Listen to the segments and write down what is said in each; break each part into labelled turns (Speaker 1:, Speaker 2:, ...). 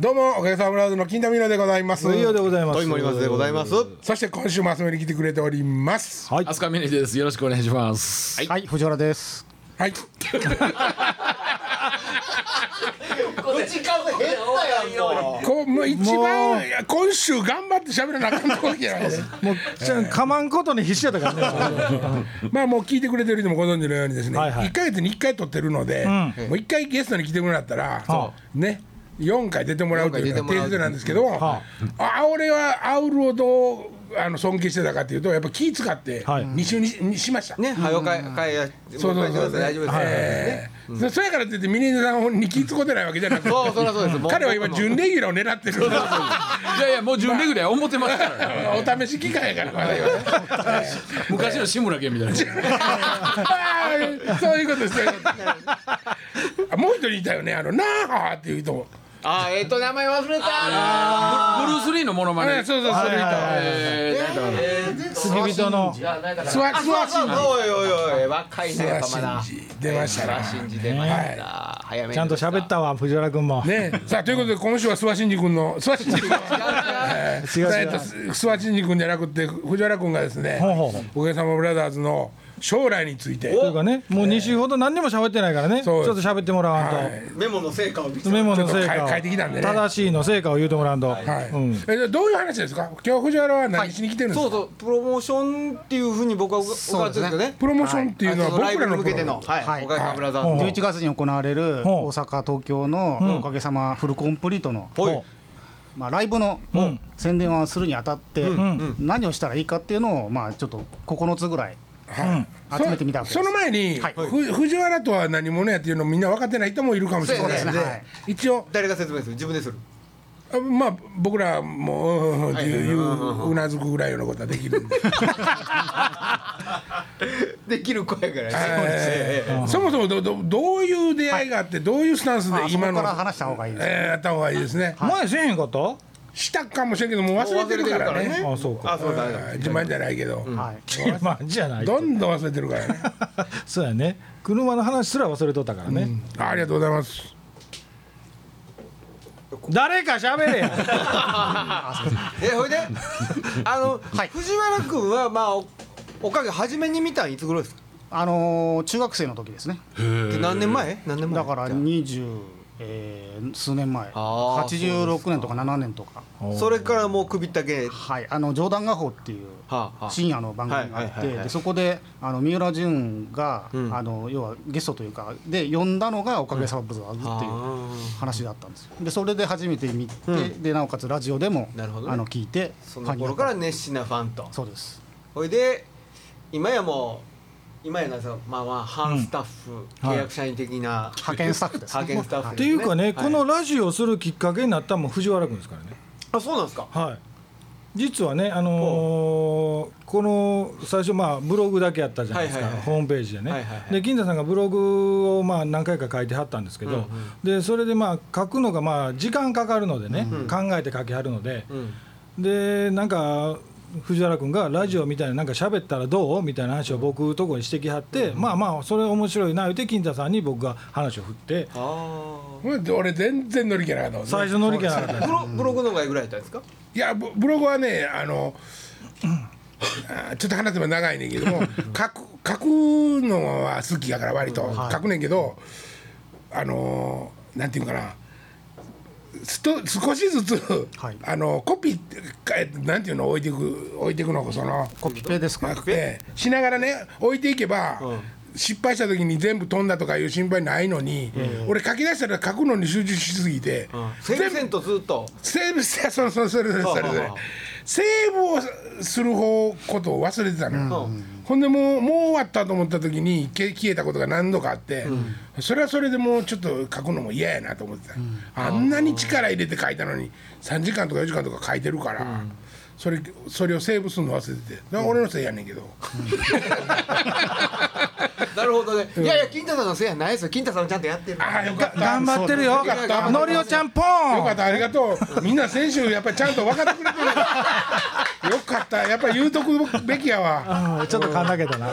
Speaker 1: どうもおかげさまでの金田美濃でございます
Speaker 2: 水曜でございます。
Speaker 3: おいもりますでございます。
Speaker 1: そして今週も遊びに来てくれております
Speaker 2: はい。
Speaker 4: 飛鳥ミネテです。よろしくお願いします。はい。
Speaker 5: はい、藤原です。
Speaker 1: はいこうもう一
Speaker 2: も
Speaker 1: 番いや今週頑張って喋らなあかんところじゃないです
Speaker 2: もう、ちょかまんことに必死やったからね。
Speaker 1: まあもう聞いてくれてる人もご存知のようにですね、
Speaker 2: はいはい
Speaker 1: 1か月に1回撮ってるので、もう1回ゲストに来てもらったら、ね4回出てもらうという
Speaker 3: 四回出て
Speaker 1: のが
Speaker 3: も
Speaker 1: 定
Speaker 3: らう
Speaker 1: 説なんですけど、あ俺はアウルをどうあの尊敬してたかというとやっぱ気使って
Speaker 2: はい
Speaker 1: 2週に,、しました。
Speaker 3: ね、はよかい、かいや、もう一
Speaker 1: そうそう
Speaker 3: 回してく
Speaker 1: そう
Speaker 3: ださい大丈夫です。
Speaker 1: ええそそやからといってミネーさんに気使ってないわけじゃなくて
Speaker 3: そう、そりゃそうです。もう
Speaker 1: 彼は今準レギュラーを狙ってる
Speaker 4: いやいや、もう準レギュラー思ってます からね。
Speaker 1: お試し機会やからまだ今ね
Speaker 4: 昔の志村けんみたいな。
Speaker 1: あー そういうことですそういうことあもう一人いたよねあのなあっていう人も
Speaker 3: あ、えっと、名前忘れた。
Speaker 4: ブルースリーのモノマ
Speaker 1: あ
Speaker 4: ネ。
Speaker 1: そうそうそういう人
Speaker 4: えーなんだ
Speaker 2: 付き人の。
Speaker 1: スワスワシ
Speaker 3: そう
Speaker 1: ンジ
Speaker 3: そうおいおいおい、若いね、やっぱまだ。
Speaker 1: スワシンジ出ましたな
Speaker 3: スワシンジ出ました。早めに。
Speaker 2: ちゃんと喋っ。たわ、藤原君も。
Speaker 1: ねさあということで今週はスワシンジ君のスワシンジ君えー
Speaker 2: 違う違う
Speaker 1: えーとススワシンジ君じゃなくて藤原君がですね
Speaker 2: ほうほうほう
Speaker 1: おかげさまブラザーズの将来について
Speaker 2: というかね、もう二週ほど何にも喋ってないからね。ち
Speaker 1: そ
Speaker 2: ょ
Speaker 1: う
Speaker 2: っと喋ってもらわ
Speaker 1: は
Speaker 2: ん
Speaker 1: い
Speaker 3: メモの成果を見
Speaker 2: と。
Speaker 3: せ
Speaker 2: メモの成
Speaker 1: ちょっ
Speaker 2: 果
Speaker 1: と
Speaker 2: を。
Speaker 1: 変えてきたんでね
Speaker 2: 正しいの成果を言うてもらわんと。
Speaker 1: はい
Speaker 2: うん。
Speaker 1: えーどういう話ですか今日藤原は何しに来てるんですか、
Speaker 3: そうそう、プロモーションっていうふうに僕は伺ってるんですけどね。
Speaker 1: プロモーションっていうのは僕
Speaker 3: ライブ
Speaker 1: ら
Speaker 3: に
Speaker 1: の
Speaker 3: 向
Speaker 1: プ
Speaker 3: け
Speaker 1: ロ
Speaker 3: ての、は、
Speaker 5: はいい
Speaker 3: 岡山ブラザ
Speaker 2: は
Speaker 3: ー
Speaker 2: い
Speaker 3: ズ。
Speaker 5: 11月に行われる
Speaker 2: ほう
Speaker 5: 大阪東京のおかげさまフルコンプリートの、
Speaker 3: ほい。
Speaker 5: まあライブの
Speaker 2: ん
Speaker 5: 宣伝をするにあたって何をしたらいいかっていうのをまあちょっと9つぐらい集めてみたわけです。
Speaker 1: その前に、
Speaker 5: はい
Speaker 1: ふ藤原とは何者やっていうのみんな分かってない人もいるかもしれない
Speaker 5: そうですねはい
Speaker 1: 一応
Speaker 3: 誰が説明する自分でする
Speaker 1: あまあ僕らもうんうんうんっていう,、うなずくぐらいのことはできるんで
Speaker 3: できる声からね
Speaker 1: えーそもそもどどどういう出会いがあって、どういうスタンス
Speaker 5: まあ
Speaker 1: で
Speaker 5: そ
Speaker 1: 今
Speaker 5: こ
Speaker 1: の
Speaker 5: から話した方がいいです。
Speaker 1: えーやった方がいいですね、
Speaker 2: 前せえへんかった。
Speaker 1: したかもしれんけどもう忘れてるからね
Speaker 2: あ、そうか。
Speaker 3: あそうだね
Speaker 1: 自慢じゃないけど、
Speaker 5: はい。
Speaker 2: まあ、じゃない。
Speaker 1: どんどん忘れてるからね
Speaker 2: そうやね。車の話すら忘れとったからね。
Speaker 1: あありがとうございます
Speaker 2: 誰か喋れや。
Speaker 3: えほい であの、
Speaker 5: はい
Speaker 3: 藤原君はまあおおかげ初めに見たんいつ頃ですか
Speaker 5: あのー中学生の時ですね。
Speaker 3: 何年前何年前
Speaker 5: だから20えー数年前、
Speaker 3: あー
Speaker 5: 86年とか7年とか。
Speaker 3: それからもう首ったけ
Speaker 5: はい、あのジョーダン・ガホっていう
Speaker 3: はあはあ
Speaker 5: 深夜の番組があっ
Speaker 3: はいはいはい
Speaker 5: て
Speaker 3: はい
Speaker 5: でそこであの三浦淳が、
Speaker 3: ん
Speaker 5: あの要はゲストというかで呼んだのが「おかげさまブザーズ」っていう
Speaker 3: あ
Speaker 5: 話だったんですよでそれで初めて見て、でなおかつラジオでも
Speaker 3: なるほどね
Speaker 5: あの聞いて
Speaker 3: その頃から
Speaker 5: ファンになっ
Speaker 3: 熱心なファンと
Speaker 5: たそうです
Speaker 3: ほいで今やもう今やなんですかまあまあ半スタッフ、契約社員的な
Speaker 5: 派遣スタッフです、
Speaker 3: 派遣スタッフ
Speaker 2: っ
Speaker 3: で
Speaker 2: て
Speaker 3: す
Speaker 2: いうかね、
Speaker 3: はい
Speaker 2: このラジオするきっかけになったのも藤原君ですからね。
Speaker 3: あそうなんですか
Speaker 2: はい。実はね、あのーこの最初まあブログだけやったじゃないですか、
Speaker 3: はいはいはい
Speaker 2: ホームページでね、
Speaker 3: はいはいはい
Speaker 2: で金田さんがブログをまあ何回か書いてはったんですけど、
Speaker 3: うんうん
Speaker 2: でそれでまあ書くのがまあ時間かかるのでね、考えて書きはるので、
Speaker 3: うん
Speaker 2: でなんか藤原君がラジオみたいななんか喋ったらどうみたいな話を僕とこにしてきはって、まあまあそれ面白いな言うて金田さんに僕が話を振って
Speaker 3: ああ
Speaker 1: ほんで俺全然乗り気なかったもんね
Speaker 2: 最初乗り気なかったんです
Speaker 3: ブロブログの方がいいぐらいやったんですか
Speaker 1: いやブブログはねあのあーちょっと話せば長いねんけど も書く書くのは好きやから割と、書くねんけどあのーなんていうんかなすと少しずつ、
Speaker 5: はい
Speaker 1: あのコピーかなんていうの置いていく置いていくのがその
Speaker 5: コピペですか
Speaker 1: なくてしながらね置いていけば、失敗した時に全部飛んだとかいう心配ないのに、俺書き出したら書くのに集中しすぎて、
Speaker 3: セーブセントずっ と
Speaker 1: セーブしてそうそうそれそれそれそれセーブをする方ことを忘れてたのよ、ほんでもうもう終わったと思った時にけ消えたことが何度かあって、それはそれでもうちょっと書くのも嫌やなと思ってた、あんなに力入れて書いたのに3時間とか4時間とか書いてるから、それそれをセーブするの忘れててだから俺のせいやねんけど、
Speaker 3: なるほどね。いやいや、金太さんのせいやないですよ。金太さんもちゃんとやってる。
Speaker 1: ああよかった
Speaker 2: 頑張ってるよ
Speaker 1: よかった
Speaker 2: のりおちゃんポーン
Speaker 1: よかったありがとうみんな先週やっぱりちゃんと分かってくれてるよかったやっぱ言うとくべきやわ
Speaker 2: うんちょっと噛んだけどな。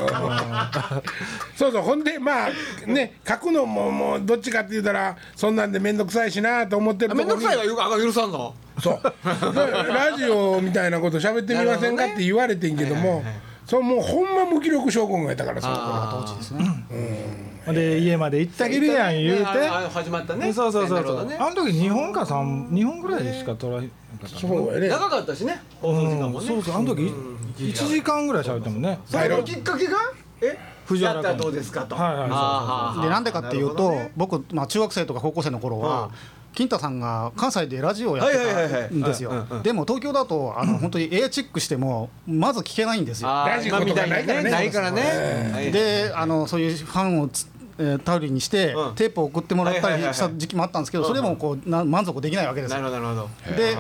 Speaker 1: そうそうほんでまあね書くのももうどっちかって言うたらそんなんで面倒くさいしなと思ってる
Speaker 3: めんど
Speaker 1: に
Speaker 3: くさいがゆあが許さんの
Speaker 1: そうラジオみたいなこと喋ってみませんかって言われてんけどもそうもうほんま無気力症候群やったからその頃
Speaker 3: あ
Speaker 5: 当時ですね
Speaker 2: うんで家まで行ってあげるやん言うて。
Speaker 3: ああ始まったね
Speaker 2: そうそうそうそ
Speaker 3: なるほど
Speaker 2: う。
Speaker 3: ね
Speaker 2: あの時日本か三日本ぐらいしか取らへんかったな。
Speaker 1: そうやね
Speaker 3: 長かったしね放送時間も
Speaker 2: うん
Speaker 3: ね
Speaker 2: そうそうあの時一時間ぐらい喋ったもんね。
Speaker 3: そのきっかけがえ
Speaker 2: 藤原
Speaker 3: やったらどうですかと
Speaker 2: はいはいそうそうそう
Speaker 5: でなんでかっていうと、僕、まあ、中学生とか高校生の頃
Speaker 3: う
Speaker 5: は、
Speaker 3: ん
Speaker 5: 金太さんが関西でラジオをやって
Speaker 3: はいはいはいは
Speaker 5: た
Speaker 3: い
Speaker 5: んですよ、
Speaker 3: うんうんうん
Speaker 5: でも東京だとあの本当にエアチェックしてもまず聞けないんですよ
Speaker 3: ラ
Speaker 1: ラジコとかないからね
Speaker 3: ないからねはい
Speaker 5: であのそういうファンをつ、えー頼りにして、
Speaker 3: うん
Speaker 5: テープを送ってもらった
Speaker 3: はいはいはいは
Speaker 5: り
Speaker 3: い
Speaker 5: した時期もあったんですけど、それもこうな満足できないわけです
Speaker 3: なる
Speaker 5: よ
Speaker 3: ほどなるほ
Speaker 5: で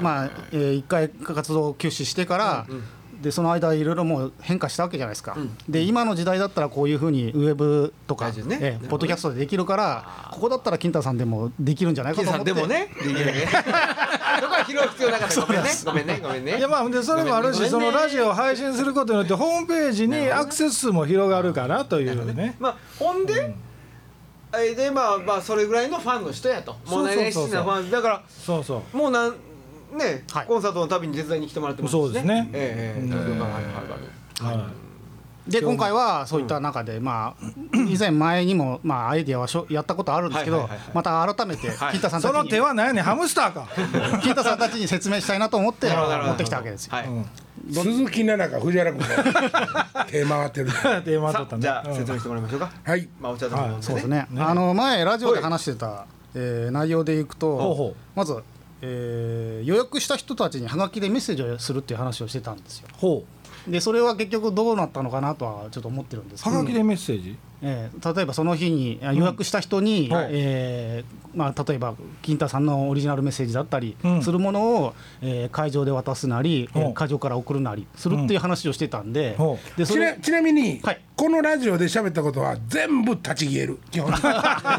Speaker 5: まあ、えー一回活動休止してから、でその間いろいろもう変化したわけじゃないですか、で今の時代だったらこういうふうにウェブとか、
Speaker 3: ラジオね
Speaker 5: えーポッドキャストでできるからここだったら金太さんでもできるんじゃない
Speaker 3: ど
Speaker 5: か
Speaker 3: 金
Speaker 5: と思
Speaker 3: さ
Speaker 5: っ
Speaker 3: んで
Speaker 5: て
Speaker 3: もねできるね そこは拾う必要なかったごめんねごめんねごめんね
Speaker 2: いやまあでそれもある
Speaker 3: ごめ
Speaker 2: し
Speaker 3: ん
Speaker 2: そ
Speaker 3: ね
Speaker 2: のラジオを配信することによってホームページにアクセス数も広がるかなというね。
Speaker 3: まあほんでえでまあまあそれぐらいのファンの人やともう
Speaker 2: そうそう
Speaker 3: 熱
Speaker 2: そうそう
Speaker 3: 心なファンだから
Speaker 2: そうそう。
Speaker 3: もうなんね
Speaker 5: はい
Speaker 3: コンサートのたびに手伝いに来てもらってますし
Speaker 2: そうですね
Speaker 3: ええええ
Speaker 4: うん
Speaker 3: まあはいはいはい
Speaker 2: は
Speaker 5: で今回はそういった中で、まあ、以前前にも、まあ、アイディアはしょやったことあるんですけど、
Speaker 3: はいはいはいはい
Speaker 5: また改めて金太さ
Speaker 2: い。
Speaker 5: んた
Speaker 2: そ
Speaker 5: ち
Speaker 2: の
Speaker 5: に、
Speaker 2: 手は何やねんハムスター か。
Speaker 5: 金太さんたちに説明したいなと思って
Speaker 3: なるほどなるほど
Speaker 5: 持ってきたわけですよ。
Speaker 3: はい
Speaker 2: うん。
Speaker 1: 鈴木奈々か藤原君が手回ってる
Speaker 2: 電話
Speaker 3: さ
Speaker 2: 取ったね。
Speaker 3: あじゃあ
Speaker 2: うん
Speaker 3: 説明してもらいましょうか
Speaker 1: はい
Speaker 3: まあお茶でも飲んでね
Speaker 5: そうですねあの前ラジオで話してた、えー内容でいくと
Speaker 2: ほうほ
Speaker 5: まず、えー予約した人たちにハガキでメッセージをするっていう話をしてたんですよ
Speaker 2: ほ
Speaker 5: でそれは結局どうなったのかなとはちょっと思ってるんです
Speaker 2: う。
Speaker 5: け
Speaker 2: は
Speaker 5: ど、
Speaker 2: がきでメッセージ。
Speaker 5: えー例えばその日にあ予約した人に、
Speaker 2: はい
Speaker 5: えーまあ、例えば金太さんのオリジナルメッセージだったり
Speaker 2: うん
Speaker 5: するものを、えー会場で渡すなり、えー
Speaker 2: うん
Speaker 5: 会場から送るなりするっていう話をしてたんで,、
Speaker 2: ほ
Speaker 5: でそ
Speaker 1: ちな
Speaker 5: れ
Speaker 1: ちなみに、
Speaker 5: はい
Speaker 1: このラジオで喋ったことは全部立ち消える基本基本的基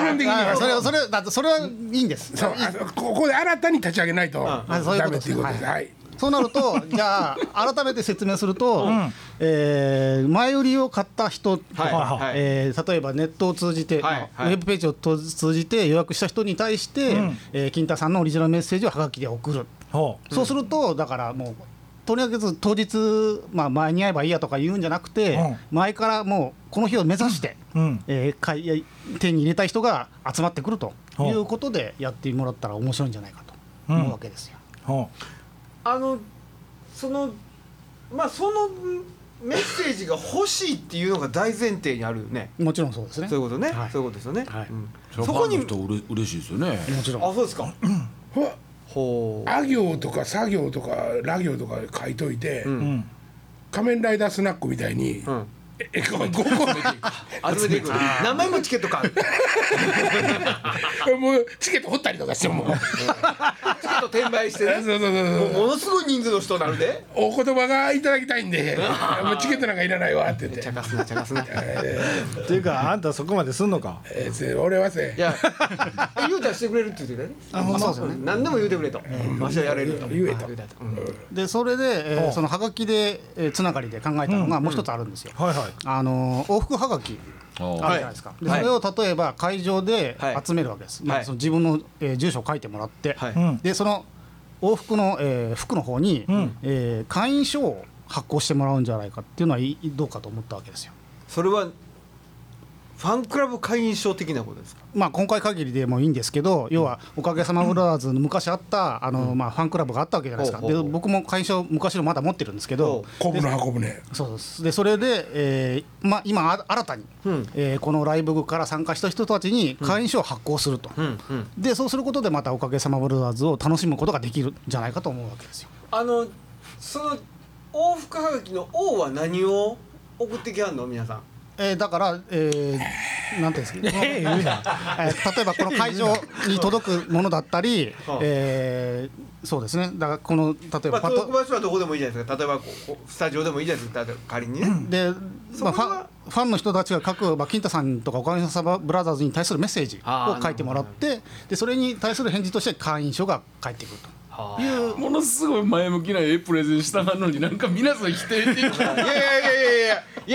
Speaker 1: 本的に
Speaker 5: あ
Speaker 1: は
Speaker 5: ーそれはそれだってそれはいいんです
Speaker 1: そうあここで新たに立ち上げないと
Speaker 5: あそういう
Speaker 1: ダメ
Speaker 5: ことで
Speaker 1: って
Speaker 5: す
Speaker 1: いう
Speaker 5: ね
Speaker 1: ことです
Speaker 5: はい
Speaker 1: はい
Speaker 5: そうなると、じゃあ、改めて説明すると、えー前売りを買った人とか、
Speaker 3: はいはい
Speaker 5: えー例えばネットを通じ
Speaker 3: は
Speaker 5: て、
Speaker 3: い
Speaker 5: まあ
Speaker 3: はい
Speaker 5: ウェブページを通じて予約した人に対して、えー金太さんのオリジナルメッセージをはがきで送る、
Speaker 2: う。ほう。
Speaker 5: そうすると、だからもう、とりあえず当日、まあ、前に会えばいいやとか言うんじゃなくて、
Speaker 2: うん
Speaker 5: 前からもう、この日を目指して、
Speaker 2: うん。
Speaker 5: えー買い手に入れた人が集まってくると
Speaker 2: うん
Speaker 5: いうことで、やってもらったら面白いんじゃないかと思うわけですよ。
Speaker 2: ほ
Speaker 3: あのそのまあそのメッセージが欲しいっていうのが大前提にあるよね
Speaker 5: もちろんそうですね。
Speaker 3: そういうことね、
Speaker 5: はい
Speaker 3: そういうことですよね、
Speaker 5: はい
Speaker 3: うん
Speaker 4: そ
Speaker 3: そ
Speaker 4: こ
Speaker 3: こに
Speaker 4: に
Speaker 3: あ
Speaker 4: とうれ嬉しいですよね。
Speaker 5: もちろん
Speaker 3: そうですか
Speaker 1: ほら
Speaker 3: ほう
Speaker 1: あ行とか作業とかラ行とか書いといて、
Speaker 2: う。うん。
Speaker 1: 仮面ライダースナックみたいに、
Speaker 3: ん
Speaker 1: えこここ
Speaker 3: 集めていく名前もチケットかチケ
Speaker 1: もうチケット掘ったりとかしてもう
Speaker 3: ット転売して
Speaker 1: そう
Speaker 3: ね
Speaker 1: そうそうそ
Speaker 3: も
Speaker 1: う
Speaker 3: うものすごい人数の人になるで
Speaker 1: お言葉がいただきたいんでもうチケットなんかいらないわって言って
Speaker 3: 茶化すな茶化すな
Speaker 2: っていうかあんたそこまですんのか。
Speaker 1: えーせ俺はせ
Speaker 3: いや言うたらしてくれるって言ってたよね
Speaker 5: あほんまそうですよね
Speaker 3: ん何でも言うてくれとわしはやれると
Speaker 1: 言えと
Speaker 3: あたとうん
Speaker 5: でそれで、えーそのハガキで、えーつながりで考えたのがもう一つあるんですよ。
Speaker 2: はいはい。
Speaker 5: あのー往復ハガキあるじゃないですか、でそ
Speaker 3: はい
Speaker 5: れを例えば会場で
Speaker 3: はい
Speaker 5: 集めるわけです、まあ
Speaker 3: はい
Speaker 5: その自分の、えー住所を書いてもらって、
Speaker 3: はい
Speaker 2: うん。
Speaker 5: でその往復の、えー服の方に、
Speaker 2: ん
Speaker 5: えー会員証を発行してもらうんじゃないかっていうのはいどうかと思ったわけですよ。
Speaker 3: それはファンクラブ会員証的なことですか
Speaker 5: まあ、今回限りでもいいんですけど要は「おかげさまブラザーズ」の昔あったあの、まあ、ファンクラブがあったわけじゃないですか、
Speaker 3: ほうほうほう
Speaker 5: で僕も会員証昔のまだ持ってるんですけど
Speaker 3: ほう
Speaker 1: 昆布の運ぶね
Speaker 5: そうですでそれで、えーまあ、今あ新たに、
Speaker 3: うん
Speaker 5: えーこのライブから参加した人たちに会員証を発行すると、
Speaker 3: うんうん
Speaker 5: でそうすることでまた「おかげさまブラザーズ」を楽しむことができるんじゃないかと思うわけですよ。
Speaker 3: あのその往復はがきの「王は何を送ってきはんの皆さん
Speaker 5: えーだから、えーなんていうんです か、えー例えばこの会場に届くものだっ たり
Speaker 3: はあ、
Speaker 5: えーそうですねだからこの例え
Speaker 3: ま
Speaker 5: ば
Speaker 3: あ、
Speaker 5: パ
Speaker 3: ト
Speaker 5: ッ
Speaker 3: ーク
Speaker 5: と
Speaker 3: 場所はどこでもいいじゃないですか例えばこうこうスタジオでもいいじゃないですか例えば仮にね、
Speaker 5: で、まあ、
Speaker 3: そ
Speaker 5: フ
Speaker 3: こ
Speaker 5: ァン
Speaker 3: が
Speaker 5: ファンの人たちが書く、まあ、金太さんとかおかげさまブラザーズに対するメッセージ
Speaker 3: あー
Speaker 5: を書いてもらってでそれに対する返事として会員証が返ってくると。
Speaker 3: あ
Speaker 5: いう
Speaker 4: ものすごい前向きなええプレゼンしたのになんか皆さん否定的
Speaker 3: いやいやいやいやいや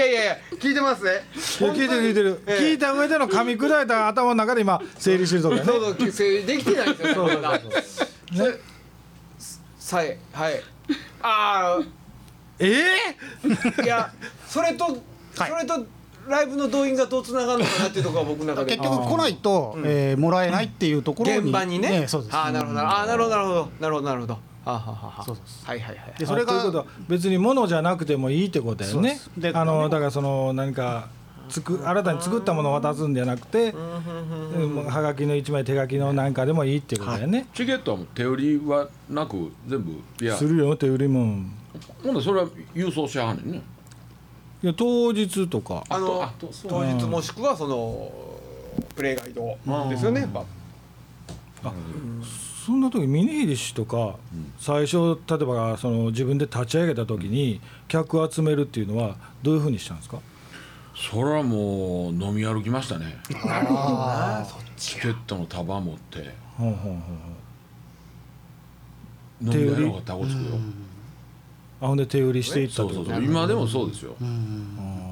Speaker 3: いやいや聞いてますね
Speaker 2: 聞いてる聞いてる、聞いた上での噛み砕いた頭の中で今整理してるとかね
Speaker 3: どうぞ整理できてないんですよそんなそさえはいあ
Speaker 2: え
Speaker 3: あいやそれとそれとライブの動員がどうつながるのかなっていうところが僕の中で
Speaker 5: 結局来ないと、えーもらえないっていうところに
Speaker 3: 現場にね、
Speaker 5: ええそうです
Speaker 3: ああなるほどああなるほどなるほどなるほどなるほどはあはあはあはあ
Speaker 5: そうです
Speaker 3: はいはいはい
Speaker 5: で
Speaker 2: え
Speaker 5: それ
Speaker 2: あということ
Speaker 5: が
Speaker 2: は別に物じゃなくてもいいってことだよ
Speaker 5: そうで
Speaker 2: ね
Speaker 5: すで
Speaker 2: あのだからその何かつく新たに作ったものを渡すんじゃなくて、うん、はがきの一枚手書きの何かでもいいってことだよね、
Speaker 4: チケットはもう手売りはなく全部いや
Speaker 2: するよ手売りもん
Speaker 4: ほんでそれは郵送しはんねんね
Speaker 2: いや当日とか
Speaker 3: あの
Speaker 4: あとそう
Speaker 3: 当日もしくはそのプレイガイドですよねやっぱ
Speaker 2: そんな時峰秀氏とか最初例えばその自分で立ち上げた時に客集めるっていうのはどういうふうにしたんですか
Speaker 4: それはもう飲み歩きましたね
Speaker 3: ああそっ
Speaker 4: チケットの束持って
Speaker 2: ほんほんほんほん
Speaker 4: 飲み歩きがタコつくよ
Speaker 2: あほんで手売りしていった
Speaker 4: そ
Speaker 2: っ
Speaker 4: う
Speaker 2: て
Speaker 4: そ
Speaker 2: こ
Speaker 4: う
Speaker 2: と
Speaker 4: そう今でもそうですよ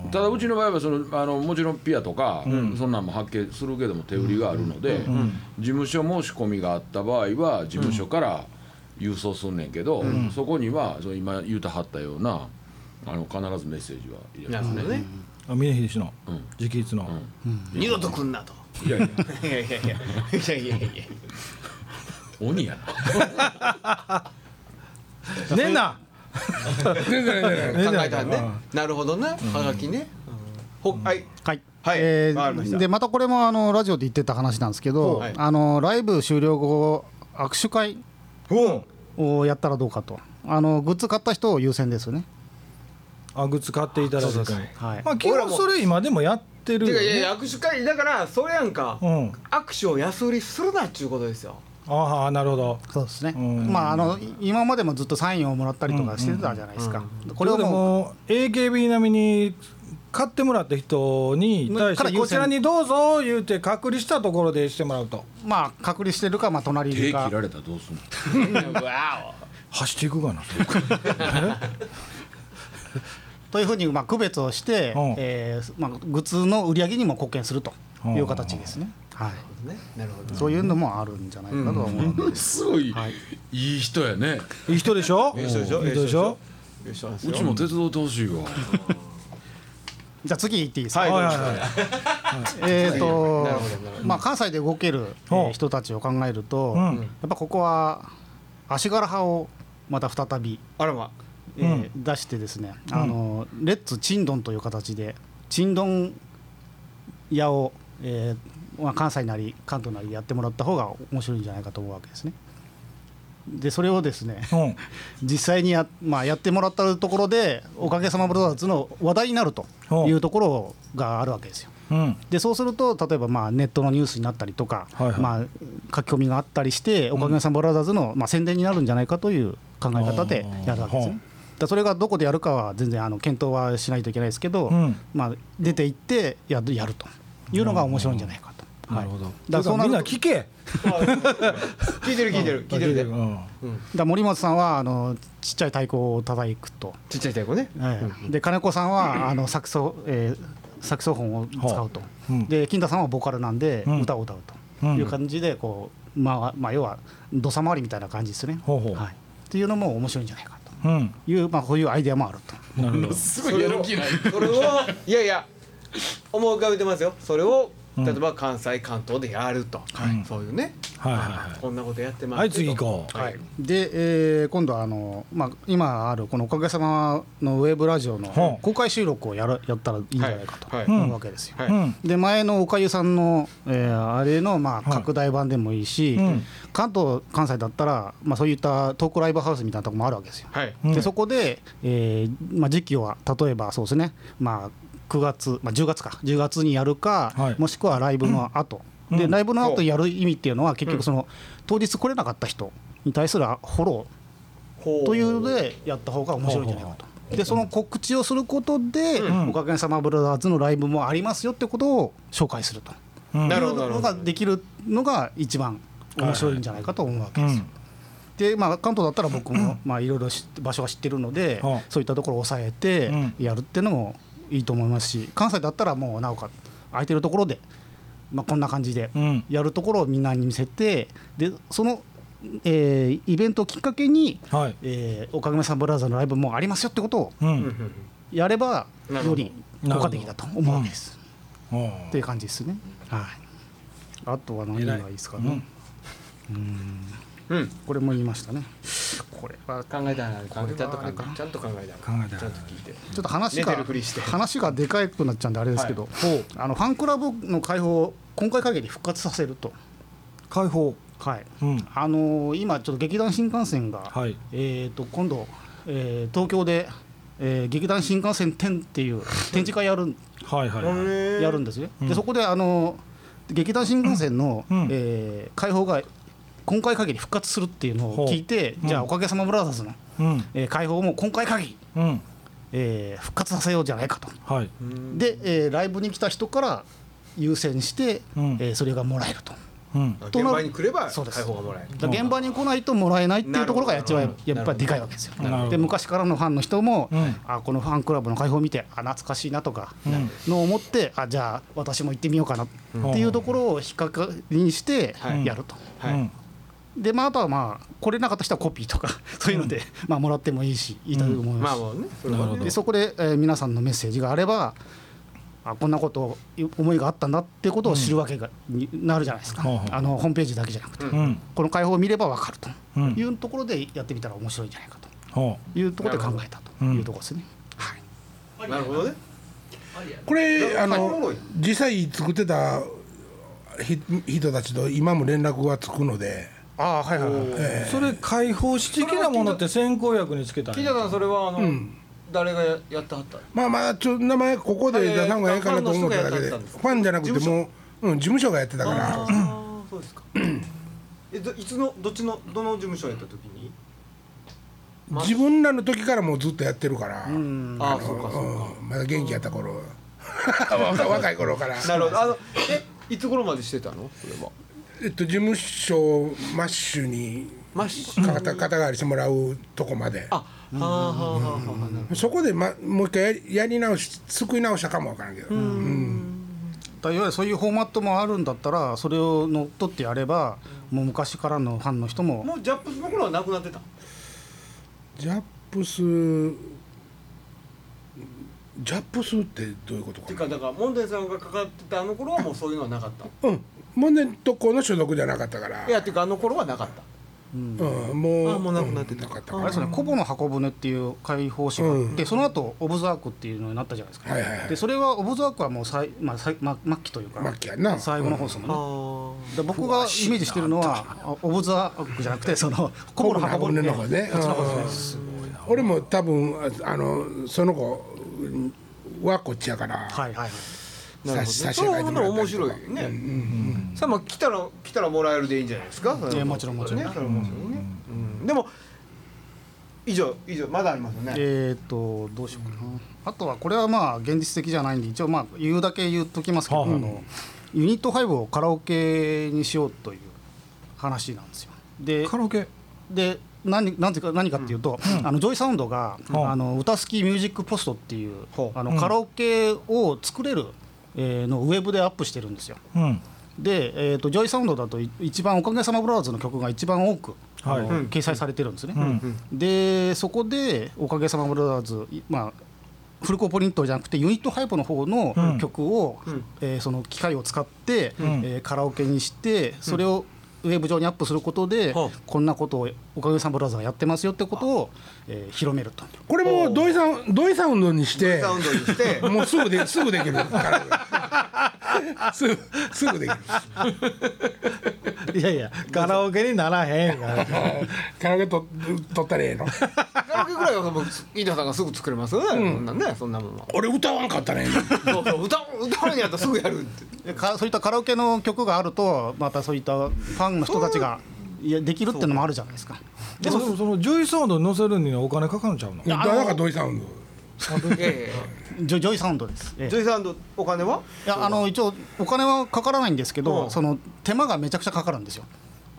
Speaker 4: ただうちの場合はそのあのもちろんピアとか、そんなんも発見するけども手売りがあるので、事務所申し込みがあった場合は事務所から郵送すんねんけど、そこにはその今言うたはったようなあの必ずメッセージは入れ
Speaker 3: な
Speaker 4: ま
Speaker 3: る
Speaker 4: す
Speaker 3: ほど
Speaker 4: ね。
Speaker 3: ね
Speaker 2: あ峰秀氏の
Speaker 4: うん
Speaker 2: 直筆の、
Speaker 3: 二度と来んなと
Speaker 4: いやいや
Speaker 3: いやいやいやいやいやいや
Speaker 4: 鬼やな。
Speaker 2: ねんな
Speaker 1: 全然全然
Speaker 3: 考えたらねなるほどなはがきねほはい
Speaker 5: はい
Speaker 3: はい
Speaker 5: えー
Speaker 3: わかりました
Speaker 5: でまたこれもあのラジオで言ってた話なんですけど、
Speaker 3: はい
Speaker 5: あのライブ終了後握手会
Speaker 3: うん
Speaker 5: をやったらどうかとあのグッズ買った人を優先ですよね
Speaker 2: あグッズ買っていただいて
Speaker 5: はい
Speaker 2: まあ基本それ今でもやってる
Speaker 3: て
Speaker 2: よ
Speaker 3: かいやい
Speaker 2: ね
Speaker 3: や握手会だからそれやんか
Speaker 2: うん
Speaker 3: 握手を安売りするなっちゅうことですよ
Speaker 2: ああなるほど
Speaker 5: そうですね
Speaker 2: うん
Speaker 5: まああの今までもずっとサインをもらったりとかしてたじゃないですか、これを
Speaker 2: で
Speaker 5: もう
Speaker 2: も AKB 並みに買ってもらった人に対し
Speaker 5: から
Speaker 2: て
Speaker 5: 優先
Speaker 2: こちらにどうぞ言うて隔離したところでしてもらうと
Speaker 5: まあ隔離してるかまあ隣にい
Speaker 4: 手
Speaker 5: る
Speaker 4: 切
Speaker 5: から
Speaker 4: れたらどうすんの。
Speaker 3: わ
Speaker 2: 走っていくかな
Speaker 5: というふうにまあ区別をして、
Speaker 2: うん
Speaker 5: えーまあ、グッズの売り上げにも貢献するという形ですね、はい、
Speaker 3: おねなるほど
Speaker 5: そういうのもあるんじゃないかなとは思うんです、
Speaker 4: すごいいい人やね。
Speaker 2: いい人でしょ
Speaker 3: いい人でしょ
Speaker 2: いい人でしょ
Speaker 3: よいしょ
Speaker 4: うちも手伝ってほしいわ。
Speaker 5: じゃあ次行っていいですか、
Speaker 3: はい
Speaker 2: はいはいは
Speaker 5: え
Speaker 3: なるほ
Speaker 5: ーと
Speaker 3: どなるほど
Speaker 5: まあ、関西で動けるえ
Speaker 2: ほ
Speaker 5: ー
Speaker 2: う
Speaker 5: 人たちを考えると、
Speaker 2: うん
Speaker 5: やっぱここは足柄派をまた再び、
Speaker 3: あらま
Speaker 5: えー出してですね、あのレッツチンドンという形でチンドン屋を、えーまあ、関西なり関東なりでやってもらった方が面白いんじゃないかと思うわけですね。でそれをですね
Speaker 2: いうん
Speaker 5: 実際にや,、まあ、やってもらったところで「おかげさまブロダーズ」の話題になるというところがあるわけですよ。
Speaker 2: うん
Speaker 5: でそうすると例えばまあネットのニュースになったりとか、
Speaker 2: はいはい
Speaker 5: まあ、書き込みがあったりして「おかげさんブラザーズの」まあ、宣伝になるんじゃないかという考え方でやるわけ
Speaker 2: あーほう
Speaker 5: ですね。だそれがどこでやるかは全然あの検討はしないといけないですけど、
Speaker 2: うん
Speaker 5: まあ、出て行ってやるやるというのが面白いんじゃないかと。
Speaker 2: な
Speaker 5: はい
Speaker 2: るほどだ
Speaker 5: だか
Speaker 2: から
Speaker 5: そ
Speaker 2: ら
Speaker 5: うな
Speaker 2: み
Speaker 5: る
Speaker 2: ん
Speaker 5: と
Speaker 2: な聞け
Speaker 3: 聞いてる聞いてる聞いてるで
Speaker 2: うん
Speaker 5: だ森本さんはあのちっちゃい太鼓を叩くと、
Speaker 3: ちっちゃい太鼓ね
Speaker 5: ええで金子さ んはあのサクソ、えーサクソフォンを使うと、
Speaker 2: うん
Speaker 5: で金田さんはボーカルなんで
Speaker 2: うん
Speaker 5: 歌を歌うと
Speaker 2: うん
Speaker 5: いう感じでこう、まあ、まあ要は土佐回りみたいな感じですね。
Speaker 2: ほうほう
Speaker 5: はい、っていうのも面白いんじゃないかと
Speaker 2: うん
Speaker 5: いう、まあ、こういうアイデアもあると。
Speaker 2: なるほど
Speaker 4: すごいやる気ない。
Speaker 3: それをいやいや思い浮かべてますよそれを例えば関西関東でやると、
Speaker 2: い
Speaker 3: そういうね
Speaker 2: はいは
Speaker 3: こんなことやって
Speaker 2: い
Speaker 3: ます
Speaker 2: はい次行こう
Speaker 3: はい
Speaker 5: で、えー今度はあの、まあ、今あるこの「おかげさま」のウェブラジオ
Speaker 2: ほ
Speaker 5: の
Speaker 2: う
Speaker 5: 公開収録をやるやったらいいんじゃないかと
Speaker 3: はいはい
Speaker 5: 思うわけですよ。
Speaker 3: はい
Speaker 2: うん
Speaker 5: で前のおかゆさんの、えーあれのまあ拡大版でもいいし、
Speaker 2: うん
Speaker 5: 関東関西だったら、まあ、そういったトークライブハウスみたいなところもあるわけですよ。
Speaker 3: はい
Speaker 2: うん
Speaker 5: でそこで、えーまあ、時期は例えばそうですね、まあ、9月、まあ、10月か10月にやるか、
Speaker 2: はい
Speaker 5: もしくはライブの後、
Speaker 2: ん
Speaker 5: で
Speaker 2: うん
Speaker 5: ライブの後やる意味っていうのは結局その、当日来れなかった人に対するフォロ
Speaker 3: ほ
Speaker 5: ーというのでやった方が面白いんじゃないかと。でその告知をすることで、おかげさまブラザーズのライブもありますよってことを紹介すると
Speaker 2: うん
Speaker 3: なる
Speaker 5: い
Speaker 3: ほ
Speaker 5: う
Speaker 3: どなる
Speaker 5: の
Speaker 3: ほ
Speaker 5: が
Speaker 3: ど
Speaker 5: できるのが一番面白いんじゃないかと思うわけ
Speaker 2: う
Speaker 5: ですよ。
Speaker 2: ん
Speaker 5: でまあ、関東だったら僕もまあいろいろ知場所は知ってるので、
Speaker 2: はあ
Speaker 5: そういったところを抑えて
Speaker 2: うん
Speaker 5: やるっていうのもいいと思いますし関西だったらもうなおか空いてるところで、まあ、こんな感じで
Speaker 2: うん
Speaker 5: やるところをみんなに見せてでその、えーイベントをきっかけに、
Speaker 2: はい
Speaker 5: えーおかげさんブラザーのライブもありますよってことを
Speaker 2: うん
Speaker 5: やれば
Speaker 3: なるほ
Speaker 5: よ
Speaker 3: ど
Speaker 5: り効果的だと思うわけです。
Speaker 2: おう
Speaker 5: っていう感じですね。はい。あとは何がいいですかね。
Speaker 3: うん
Speaker 5: これも言いましたね。これは
Speaker 3: 考えたら考えたとかちゃんと考えた
Speaker 2: 考えたら
Speaker 3: ちゃんと聞いて
Speaker 5: ちょっと話
Speaker 3: 寝
Speaker 5: が
Speaker 3: てるふりして
Speaker 5: 話がでかくなっちゃうんであれですけど、あのファンクラブの開放を今回限り復活させると。
Speaker 2: 解放
Speaker 5: はい。
Speaker 2: うん
Speaker 5: あのー今ちょっと劇団新幹線が、
Speaker 2: はい
Speaker 5: えっ、と今度、えー東京で、えー劇団新幹線展っていう展示会やるん
Speaker 2: はいはいはい
Speaker 5: や
Speaker 3: や
Speaker 5: るんですね、
Speaker 2: うん
Speaker 5: でそこであの劇団新幹線の、
Speaker 2: うん
Speaker 5: えー開放が今回限り復活するっていうのを聞いて、
Speaker 2: ほう
Speaker 5: じゃあ
Speaker 2: う
Speaker 5: 「
Speaker 2: ん
Speaker 5: おかげさまブラザーズの」
Speaker 2: うん
Speaker 5: えー開放も今回限り、
Speaker 2: うん
Speaker 5: えー復活させようじゃないかと、
Speaker 2: はい
Speaker 5: で、えーライブに来た人から優先して、
Speaker 2: うん
Speaker 5: えーそれがもらえると
Speaker 2: うん
Speaker 3: 現場に来れば
Speaker 5: そうで
Speaker 3: 解
Speaker 5: す
Speaker 3: 放がもらえる
Speaker 5: だから現場に来ないともらえないっていうところがやっちゃ
Speaker 3: なる
Speaker 5: や
Speaker 3: ほど
Speaker 5: っぱりでかいわけですよ
Speaker 2: なるほど
Speaker 5: で昔からのファンの人も、
Speaker 2: うん
Speaker 5: あこのファンクラブの開放を見てあ懐かしいなとか、
Speaker 2: うん
Speaker 5: のを思ってあじゃあ私も行ってみようかなっていうところを比較にして
Speaker 3: はい
Speaker 5: やると、
Speaker 3: はい
Speaker 2: うん
Speaker 5: でまああとはまあ来れなかった人はコピーとか そういうので、まあもらってもいいしいいと思います、
Speaker 3: まあもうねそれ
Speaker 2: な
Speaker 3: は
Speaker 2: るほど
Speaker 5: でそこで、えー皆さんのメッセージがあればあこんなことを思いがあったんだってことを知るわけが、になるじゃないですか、
Speaker 2: ほうほう
Speaker 5: あのホームページだけじゃなくて、
Speaker 2: うん
Speaker 5: この開放を見れば分かると
Speaker 2: うん
Speaker 5: いうところでやってみたら面白いんじゃないかと
Speaker 2: ほ
Speaker 5: いうところで考えたというところですね。はい
Speaker 3: なるほどね
Speaker 1: これあ
Speaker 3: おもろ
Speaker 1: の
Speaker 3: い
Speaker 1: 実際作ってたひ人たちと今も連絡がつくので
Speaker 5: ああはいはいはい、
Speaker 2: それ解放し的なものって先行薬につけたん
Speaker 3: 金
Speaker 2: や
Speaker 3: 田さんそれはあの誰がややってはった
Speaker 1: まあまあちょ名前ここで出さん方がええかなと思っただけでフ
Speaker 3: ファ
Speaker 1: ァ
Speaker 3: ン
Speaker 1: ン
Speaker 3: の人がやったん
Speaker 1: じゃ
Speaker 3: ですか
Speaker 1: なくてもう、うん、事務所がやってたから
Speaker 3: あーそうですかえどいつのどっちのどの事務所やった時にあ
Speaker 1: 自分らの時からもうずっとやってるから、
Speaker 5: うん
Speaker 3: ああそうかそうか
Speaker 1: うんまだ元気やった頃若 若い頃から
Speaker 3: なるほどあのえいつ頃までしてたのそれは
Speaker 1: えっと事務所マッシュに
Speaker 3: マッシュ
Speaker 1: 肩肩代わりしてもらうとこまで
Speaker 3: あはあはあはあはあはあなるほど
Speaker 1: そこで、ま、もう一回やりやり直し救い直したかもわからんけど
Speaker 5: だいわゆるそういうフォーマットもあるんだったらそれを乗っ取ってやればもう昔からのファンの人も
Speaker 3: もうジャップスの頃はなくなってた
Speaker 1: ジャップスジャップスってどういうこと
Speaker 3: て
Speaker 1: か
Speaker 3: かだから門田さんがかかってたあの頃はもうそういうのはなかった
Speaker 1: なうんモネのとこの所属じゃなかったから
Speaker 3: いやてかあの頃はなかった
Speaker 1: うん、もう
Speaker 3: あもうなくなってた
Speaker 1: んかった
Speaker 5: あ
Speaker 1: か
Speaker 5: れですよね「コボの箱舟」っていう解放誌があって、その後オブザーク」っていうのになったじゃないですか、
Speaker 1: はいはいはい
Speaker 5: でそれはオブザークはもう最、まあ、最ま末期という
Speaker 1: ら
Speaker 5: か
Speaker 1: 末期やんな
Speaker 5: 最後の放送もね、
Speaker 3: あ
Speaker 5: で僕がイメージしてるのはあオブザークじゃなくてその「コボの箱舟」
Speaker 1: の方ね
Speaker 5: こっちの方
Speaker 1: うん
Speaker 5: ですね
Speaker 1: 俺も多分ああのその子うんはこっちやから、
Speaker 5: はいはいはい
Speaker 3: あなるほどね
Speaker 1: 差し
Speaker 3: そういうの面
Speaker 1: 差し上
Speaker 3: 白
Speaker 1: げ
Speaker 3: いねさあまあ来たら来たらもらえるでいいんじゃないですか
Speaker 5: いやもちろんもちろん
Speaker 3: ねそれはもちろんねうんでも以上以上まだありますよね
Speaker 5: えっ、とどうしようかなあとはこれはまあ現実的じゃないんで一応まあ言うだけ言っときますけど、
Speaker 2: はあはあ
Speaker 5: あのユニット5をカラオケにしようという話なんですよで
Speaker 2: カラオケ
Speaker 5: で何何ていうか何かっていうと、あのジョイサウンドが、
Speaker 2: はあ
Speaker 5: あの歌好きミュージックポストっていう、
Speaker 3: ほう
Speaker 5: あ
Speaker 2: うん
Speaker 5: のカラオケを作れる、えーのウェブでアップしてるんですよ
Speaker 2: うん
Speaker 5: で、えー、とジョイサウンドだとい一番「おかげさまブラザーズ」の曲が一番多く、
Speaker 2: はい
Speaker 5: あの
Speaker 3: うん
Speaker 5: 掲載されてるんですね、
Speaker 2: うん
Speaker 5: でそこで「おかげさまブラザーズ」いまあフルコーポリントじゃなくてユニットハイプの方の
Speaker 2: うん
Speaker 5: 曲を、
Speaker 3: うん
Speaker 5: えーその機械を使って、
Speaker 2: ん
Speaker 5: えーカラオケにしてそれをウェブ上にアップすることで、
Speaker 3: はあ
Speaker 5: こんなことを「おかげさまブラザーズ」がやってますよってことを、えー広めると。
Speaker 1: これも土井さん土井サウンドにし
Speaker 3: ジョイ
Speaker 1: て
Speaker 3: サウンドにして
Speaker 1: もうすぐですぐできるから すぐすぐできる
Speaker 2: いやいやカラオケにならへんから
Speaker 1: カラオケと取ったらええ の
Speaker 3: カラオケぐらいは僕飯田さんがすぐ作れますよね、そんなんねそんなもんは
Speaker 1: 俺歌わんかった ね
Speaker 3: そうそう歌う歌うんやったらすぐやる って
Speaker 5: でかそういったカラオケの曲があるとまたそういったファンの人たちがいやできるっていうのもあるじゃないですか。
Speaker 2: でもでもそのジョイサウンドに載せるにはお金かかるんちゃうの
Speaker 1: だから土井サウンド
Speaker 3: いやいやいや
Speaker 5: ジョジョイサウンドです。ええ
Speaker 3: ジョイサウンドお金はい
Speaker 5: やあの一応お金はかからないんですけど、
Speaker 3: うん
Speaker 5: その手間がめちゃくちゃかかるんですよ。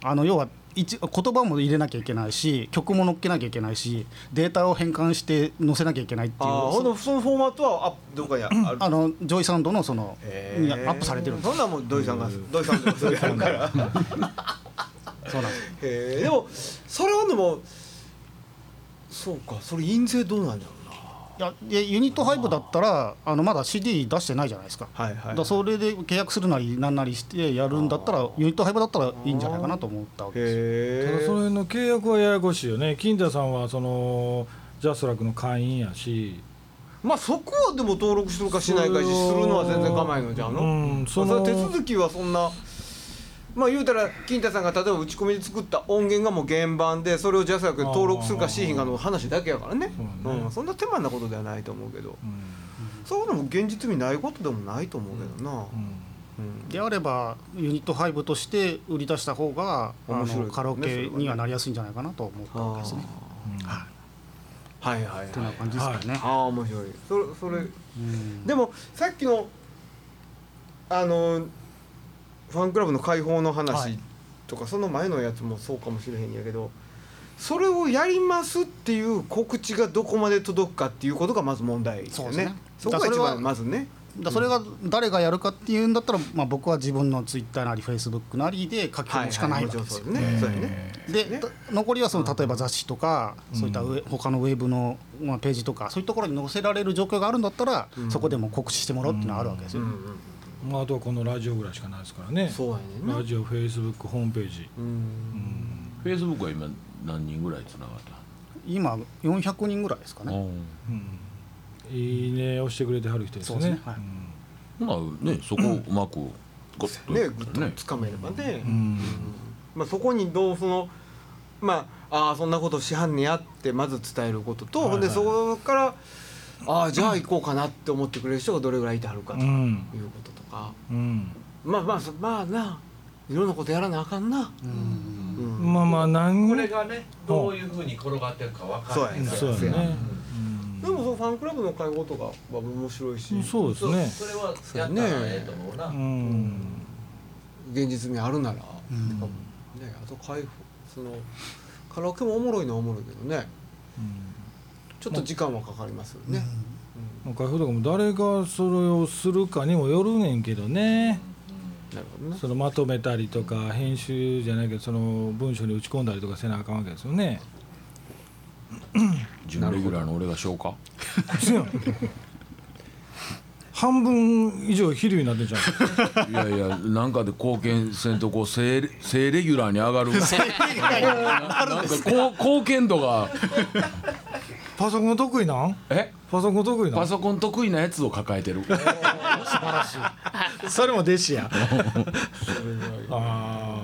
Speaker 5: あの要は一言葉も入れなきゃいけないし曲も載っけなきゃいけないしデータを変換して載せなきゃいけないっていう
Speaker 3: あーほん
Speaker 5: そ
Speaker 3: のそのフォーマットはあどっかにある
Speaker 5: あのジョイサウンドのその、
Speaker 3: へー
Speaker 5: いやアップされてるんです
Speaker 3: そんなんもう土井さんが土井さんがそれやるから
Speaker 5: そうなんで す
Speaker 3: へえでもそれはでもそうかそれ印税どうなんだろうない
Speaker 5: やでユニット5だったらあのまだ CD 出してないじゃないですか,、
Speaker 3: はいはい
Speaker 5: だからそれで契約するなりなんなりしてやるんだったらユニット5だったらいいんじゃないかなと思ったわけです
Speaker 2: ただ
Speaker 3: へ
Speaker 2: その辺の契約はややこしいよね金田さんはそのジャスラックの会員やし
Speaker 3: まあそこはでも登録するかしないかしするのは全然構えんのじゃんの、
Speaker 2: うんそ
Speaker 3: そ
Speaker 2: の
Speaker 3: の手続きはそんなまあ言うたら金太さんが例えば打ち込みで作った音源がもう原版でそれをジャスラックに登録するかしひんかの話だけやからね
Speaker 2: そうね
Speaker 3: うん、そんな手間なことではないと思うけど
Speaker 2: うん
Speaker 3: そういうのも現実味ないことでもないと思うけどな、うん
Speaker 5: であればユニット5として売り出した方があ
Speaker 3: 面白い
Speaker 5: の
Speaker 3: ですね
Speaker 5: カラオ
Speaker 3: それは
Speaker 5: ケ
Speaker 3: ね
Speaker 5: にはなりやすいんじゃないかなと思ったわけですね。はい
Speaker 3: はいはいはい
Speaker 5: ってな感じですかね。
Speaker 3: ああ面白いそれそれ、
Speaker 5: うん
Speaker 3: でもさっきのあのファンクラブの解放の
Speaker 5: は
Speaker 3: 話
Speaker 5: い
Speaker 3: とか、その前のやつもそうかもしれへんやけどそれをやりますっていう告知がどこまで届くかっていうことがまず問題ですよ
Speaker 5: そうで
Speaker 3: ね
Speaker 5: す
Speaker 3: そ
Speaker 5: ね
Speaker 3: こが一
Speaker 5: だからそれは
Speaker 3: 番まずね
Speaker 5: だそれが誰がやるかっていうんだったら、まあ、僕は自分のツイッターなりフェイスブックなりで書き込むしかないわけ
Speaker 3: も
Speaker 5: で
Speaker 3: ち
Speaker 5: す
Speaker 3: ろん。
Speaker 5: よ
Speaker 3: そうですねそうやね
Speaker 5: で
Speaker 3: ね
Speaker 5: と残りはその例えば雑誌とか、そういったウェ他のウェブの、まあ、ページとかそういうところに載せられる状況があるんだったら、そこでも告知してもらうっていうのはあるわけです
Speaker 3: う
Speaker 5: よ。
Speaker 3: んうん
Speaker 2: まあ、あとはこのラジオぐらいしかないですからね
Speaker 3: そうやねんな
Speaker 2: ラジオフェイスブックホームページ
Speaker 3: うん
Speaker 4: フェイスブックは今何人ぐらいつながっては
Speaker 5: 今400人ぐらいですか
Speaker 4: る
Speaker 5: ね。
Speaker 2: うんいいね押してくれてはる人ですね
Speaker 5: そうですねはい
Speaker 2: うん
Speaker 4: ほなねそこをうまくゴッと
Speaker 3: ね
Speaker 4: やっ
Speaker 3: ぐったと
Speaker 4: ら
Speaker 3: つかめればね、
Speaker 2: うん
Speaker 3: まあ、そこにどうそのまああーそんなことしはんねやってまず伝えることと、
Speaker 2: はいはい
Speaker 3: ほんでそこからああじゃあ行こうかなって思ってくれる人がどれぐらいいてはるかと
Speaker 2: う
Speaker 3: い
Speaker 2: ん
Speaker 3: うこととか、
Speaker 2: うん
Speaker 3: まあまあそまあないろんなことやらなあかんな、
Speaker 5: うん
Speaker 3: うん
Speaker 2: まあまあ何
Speaker 6: これがねどういうふうに転がってるか分からないから
Speaker 2: そうや
Speaker 3: そうや
Speaker 2: ね
Speaker 3: でもそのファンクラブの会合とかは面白いし、
Speaker 2: うんそうです
Speaker 6: そう
Speaker 2: ね
Speaker 6: それはやったらええと思うな、
Speaker 2: うん
Speaker 3: 現実味あるなら、
Speaker 5: うん
Speaker 3: ね、あと解放そのカラオケもおもろいのはおもろいけどねちょっと時間はかかりますよね。
Speaker 2: まあ開放とかも誰がそれをするかにもよるねんけどね
Speaker 3: なるほどね
Speaker 2: そのまとめたりとか編集じゃないけどその文章に打ち込んだりとかせなあかんわけですよね
Speaker 4: 準レギュラーの俺が消化
Speaker 2: せや半分以上飛竜になってん じゃん
Speaker 4: いやいやなんかで貢献せんとこう正レ正レギュラーに上がる ななんかこう貢献度が
Speaker 2: パソコン得意なん
Speaker 4: え
Speaker 2: パソコン得意な
Speaker 4: パ
Speaker 2: ん
Speaker 4: ソコン得意なやつを抱えてる
Speaker 2: それも弟子やあ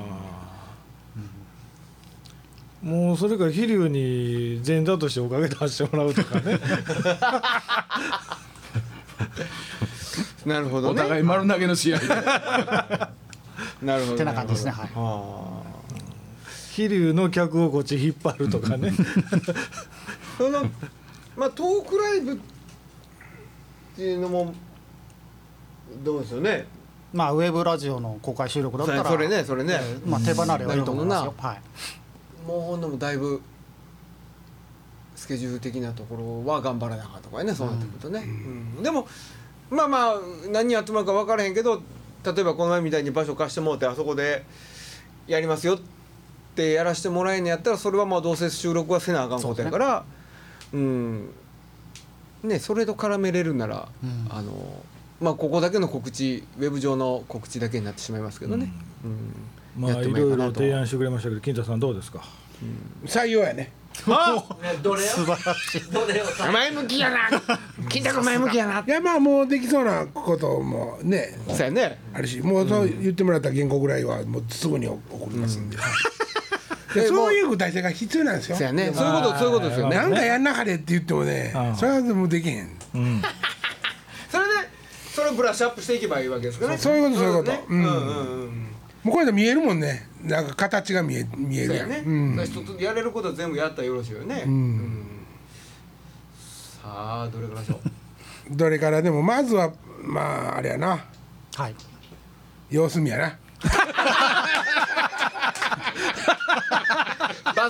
Speaker 2: ーもうそれから飛龍に前座としておかげ出してもらうとかね
Speaker 3: なるほど
Speaker 4: お
Speaker 3: ね。
Speaker 4: 互い丸投げの試合で
Speaker 3: なるほど。
Speaker 5: てな感じですねはい
Speaker 3: なるほど
Speaker 2: 飛龍の客をこっち引っ張るとか ね
Speaker 3: そのまあトークライブっていうのもどうでしょうね。
Speaker 5: まあ、ウェブラジオの公開収録だったら
Speaker 3: それねそれね。
Speaker 5: まあ、手離れはいいと思います
Speaker 3: なる
Speaker 5: よ
Speaker 3: ほ。
Speaker 5: はい
Speaker 3: もうほんでもだいぶスケジュール的なところは頑張らなあかんとかやねそうなってくるとね。うんでもまあまあ何やってもらうか分からへんけど例えばこの前みたいに場所貸してもらってあそこでやりますよってやらしてもらえんのやったらそれはまあどうせ収録はせなあかんことやからうんねそれと絡めれるなら、
Speaker 5: うん
Speaker 3: あのまあここだけの告知ウェブ上の告知だけになってしまいますけどね、うん
Speaker 2: ま
Speaker 3: や
Speaker 2: あ
Speaker 3: っ
Speaker 2: い
Speaker 3: ても
Speaker 2: ろい
Speaker 3: か
Speaker 2: ろ
Speaker 3: なと
Speaker 2: 提案してくれましたけど金田さんどうですか
Speaker 1: 採用やね
Speaker 6: ねどれをどれをさ
Speaker 3: 前向きやな金太君前向きやない
Speaker 1: やまあもうできそうなこともね
Speaker 3: そうやね
Speaker 1: あるしもうそう言ってもらった原稿ぐらいはもうすぐに送りますんで、 でそういう具体性が必要なんですよ
Speaker 3: そうやねそういうことそういうことですよね
Speaker 1: なんかやんなはれって言ってもね
Speaker 2: うん
Speaker 1: それはもうできへん
Speaker 3: それでそれをブラッシュアップしていけばいいわけですからね
Speaker 1: そうそういうことそういうこと
Speaker 3: ねう
Speaker 1: うんん
Speaker 3: うんうん
Speaker 1: もうこういうの見えるもんねなんか形が見え見える
Speaker 3: そう
Speaker 1: や
Speaker 3: や
Speaker 1: ん
Speaker 3: ね、
Speaker 1: うん
Speaker 3: だから一つやれることは全部やったらよろしいよね、うんさあどれからでしょう
Speaker 1: どれからでもまずはまああれやな
Speaker 5: はい
Speaker 1: 様子見やな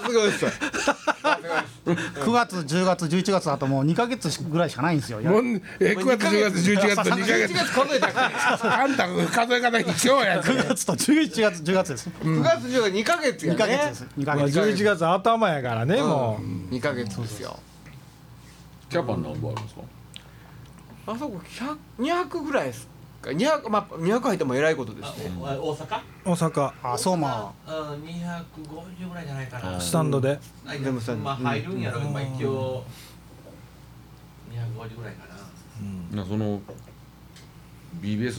Speaker 3: すごいです
Speaker 5: 9月10月11月あともう2か月ぐらいしかないんですよ
Speaker 1: もんえ9月10月11月と2か
Speaker 3: 1
Speaker 1: 月
Speaker 3: 月数えたから
Speaker 1: あんた数え方一緒やつ
Speaker 5: 9月と11月10月です
Speaker 3: 9月10月2ヶ月や
Speaker 5: 2
Speaker 3: ね
Speaker 5: か月です2か
Speaker 2: まあ、
Speaker 5: 月
Speaker 2: 11月頭やからね、もう
Speaker 3: 2ヶ月ですよ
Speaker 4: キャパ何本あるんですか
Speaker 3: あそこ100 200ぐらいですか200まあ200入っても偉いことですね
Speaker 6: あお大阪
Speaker 2: 大阪
Speaker 5: あそうま
Speaker 6: うん250ぐらいじゃないかな
Speaker 2: スタンドで、
Speaker 6: あ
Speaker 3: でもさ
Speaker 6: まあ入るんやろまあ一応250ぐらいかな
Speaker 4: なその BBS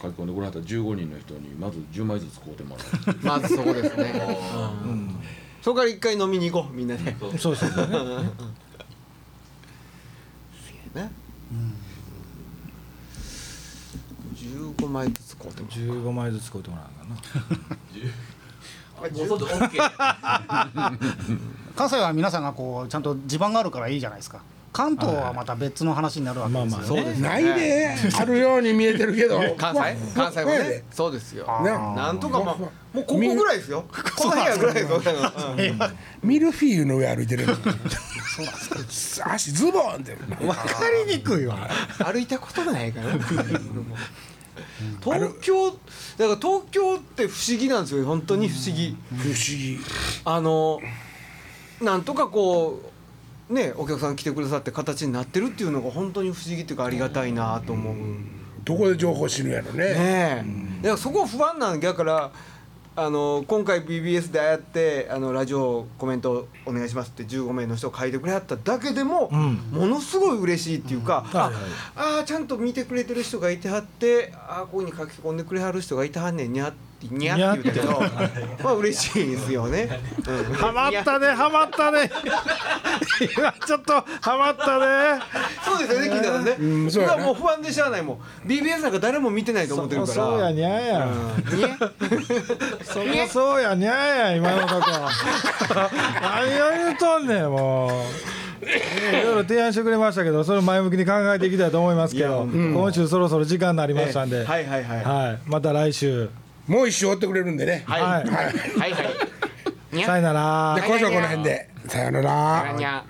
Speaker 4: 書き込んでこれはった15人の人にまず10枚ずつ買うてもらう
Speaker 3: まずそこで すね
Speaker 2: うん、
Speaker 3: そこから一回飲みに行こうみんなで
Speaker 2: そうそうそうね
Speaker 3: ね15枚ずつ買うても
Speaker 2: 15枚ずつ買うてもらうかな
Speaker 6: あもうそうで OK
Speaker 5: あ関西は皆さんがこうちゃんと地盤があるからいいじゃないですか関東はまた別の話になるわけですよ
Speaker 2: まあまあ
Speaker 5: ね
Speaker 2: ね
Speaker 1: ないであるように見えてるけど
Speaker 3: 関西関西もねそうですよ
Speaker 5: あー
Speaker 3: なんとかまあもうここ
Speaker 1: みん
Speaker 3: ぐらいですよこの部屋ぐらいですようん
Speaker 1: ミルフィーユの上歩いてる 足ズボンって
Speaker 2: 分かりにくいわ
Speaker 3: 歩いたことないから東京だから東京って不思議なんですよ本当に不思議
Speaker 1: 不思議
Speaker 3: あのなんとかこうねお客さん来てくださって形になってるっていうのが本当に不思議っていうかありがたいなと思う
Speaker 1: どこで情報知るんやろね
Speaker 3: ねえだからそこ不安なんだからあの今回 BBS でああやってあのラジオコメントお願いしますって15名の人を書いてくれはっただけでも、
Speaker 2: ん
Speaker 3: ものすごい嬉しいっていうか、
Speaker 2: うんはいはい
Speaker 3: ああーちゃんと見てくれてる人がいてはってああここに書き込んでくれはる人がいてはんねんにゃってにゃって言うけどまあ嬉しいですよね。うん
Speaker 2: ハマったねハマ ったね今ちょっとハマったね
Speaker 3: そうですよね、金田さんね。
Speaker 1: ん
Speaker 3: そ
Speaker 1: そう
Speaker 3: れ
Speaker 1: やね
Speaker 3: はもう不安でしゃあないもん。BBS なんか誰も見てないと思ってるから。
Speaker 2: そうやにゃーや、
Speaker 3: うんにゃ
Speaker 2: そりゃそうやにゃーや今のとこ何を言うとんねんもうねいろいろ提案してくれましたけどそれを前向きに考えていきたいと思いますけ
Speaker 3: いや
Speaker 2: ど、
Speaker 3: 本
Speaker 2: 今週そろそろ時間になりましたんで、
Speaker 3: ええはいはいはい
Speaker 2: はいまた来週
Speaker 1: もう一周追ってくれるんでね
Speaker 2: はい
Speaker 1: はい
Speaker 3: はいはい。に
Speaker 2: さ
Speaker 3: ゃ
Speaker 2: よなら
Speaker 1: で今週はこの辺でさよなら
Speaker 3: にゃ。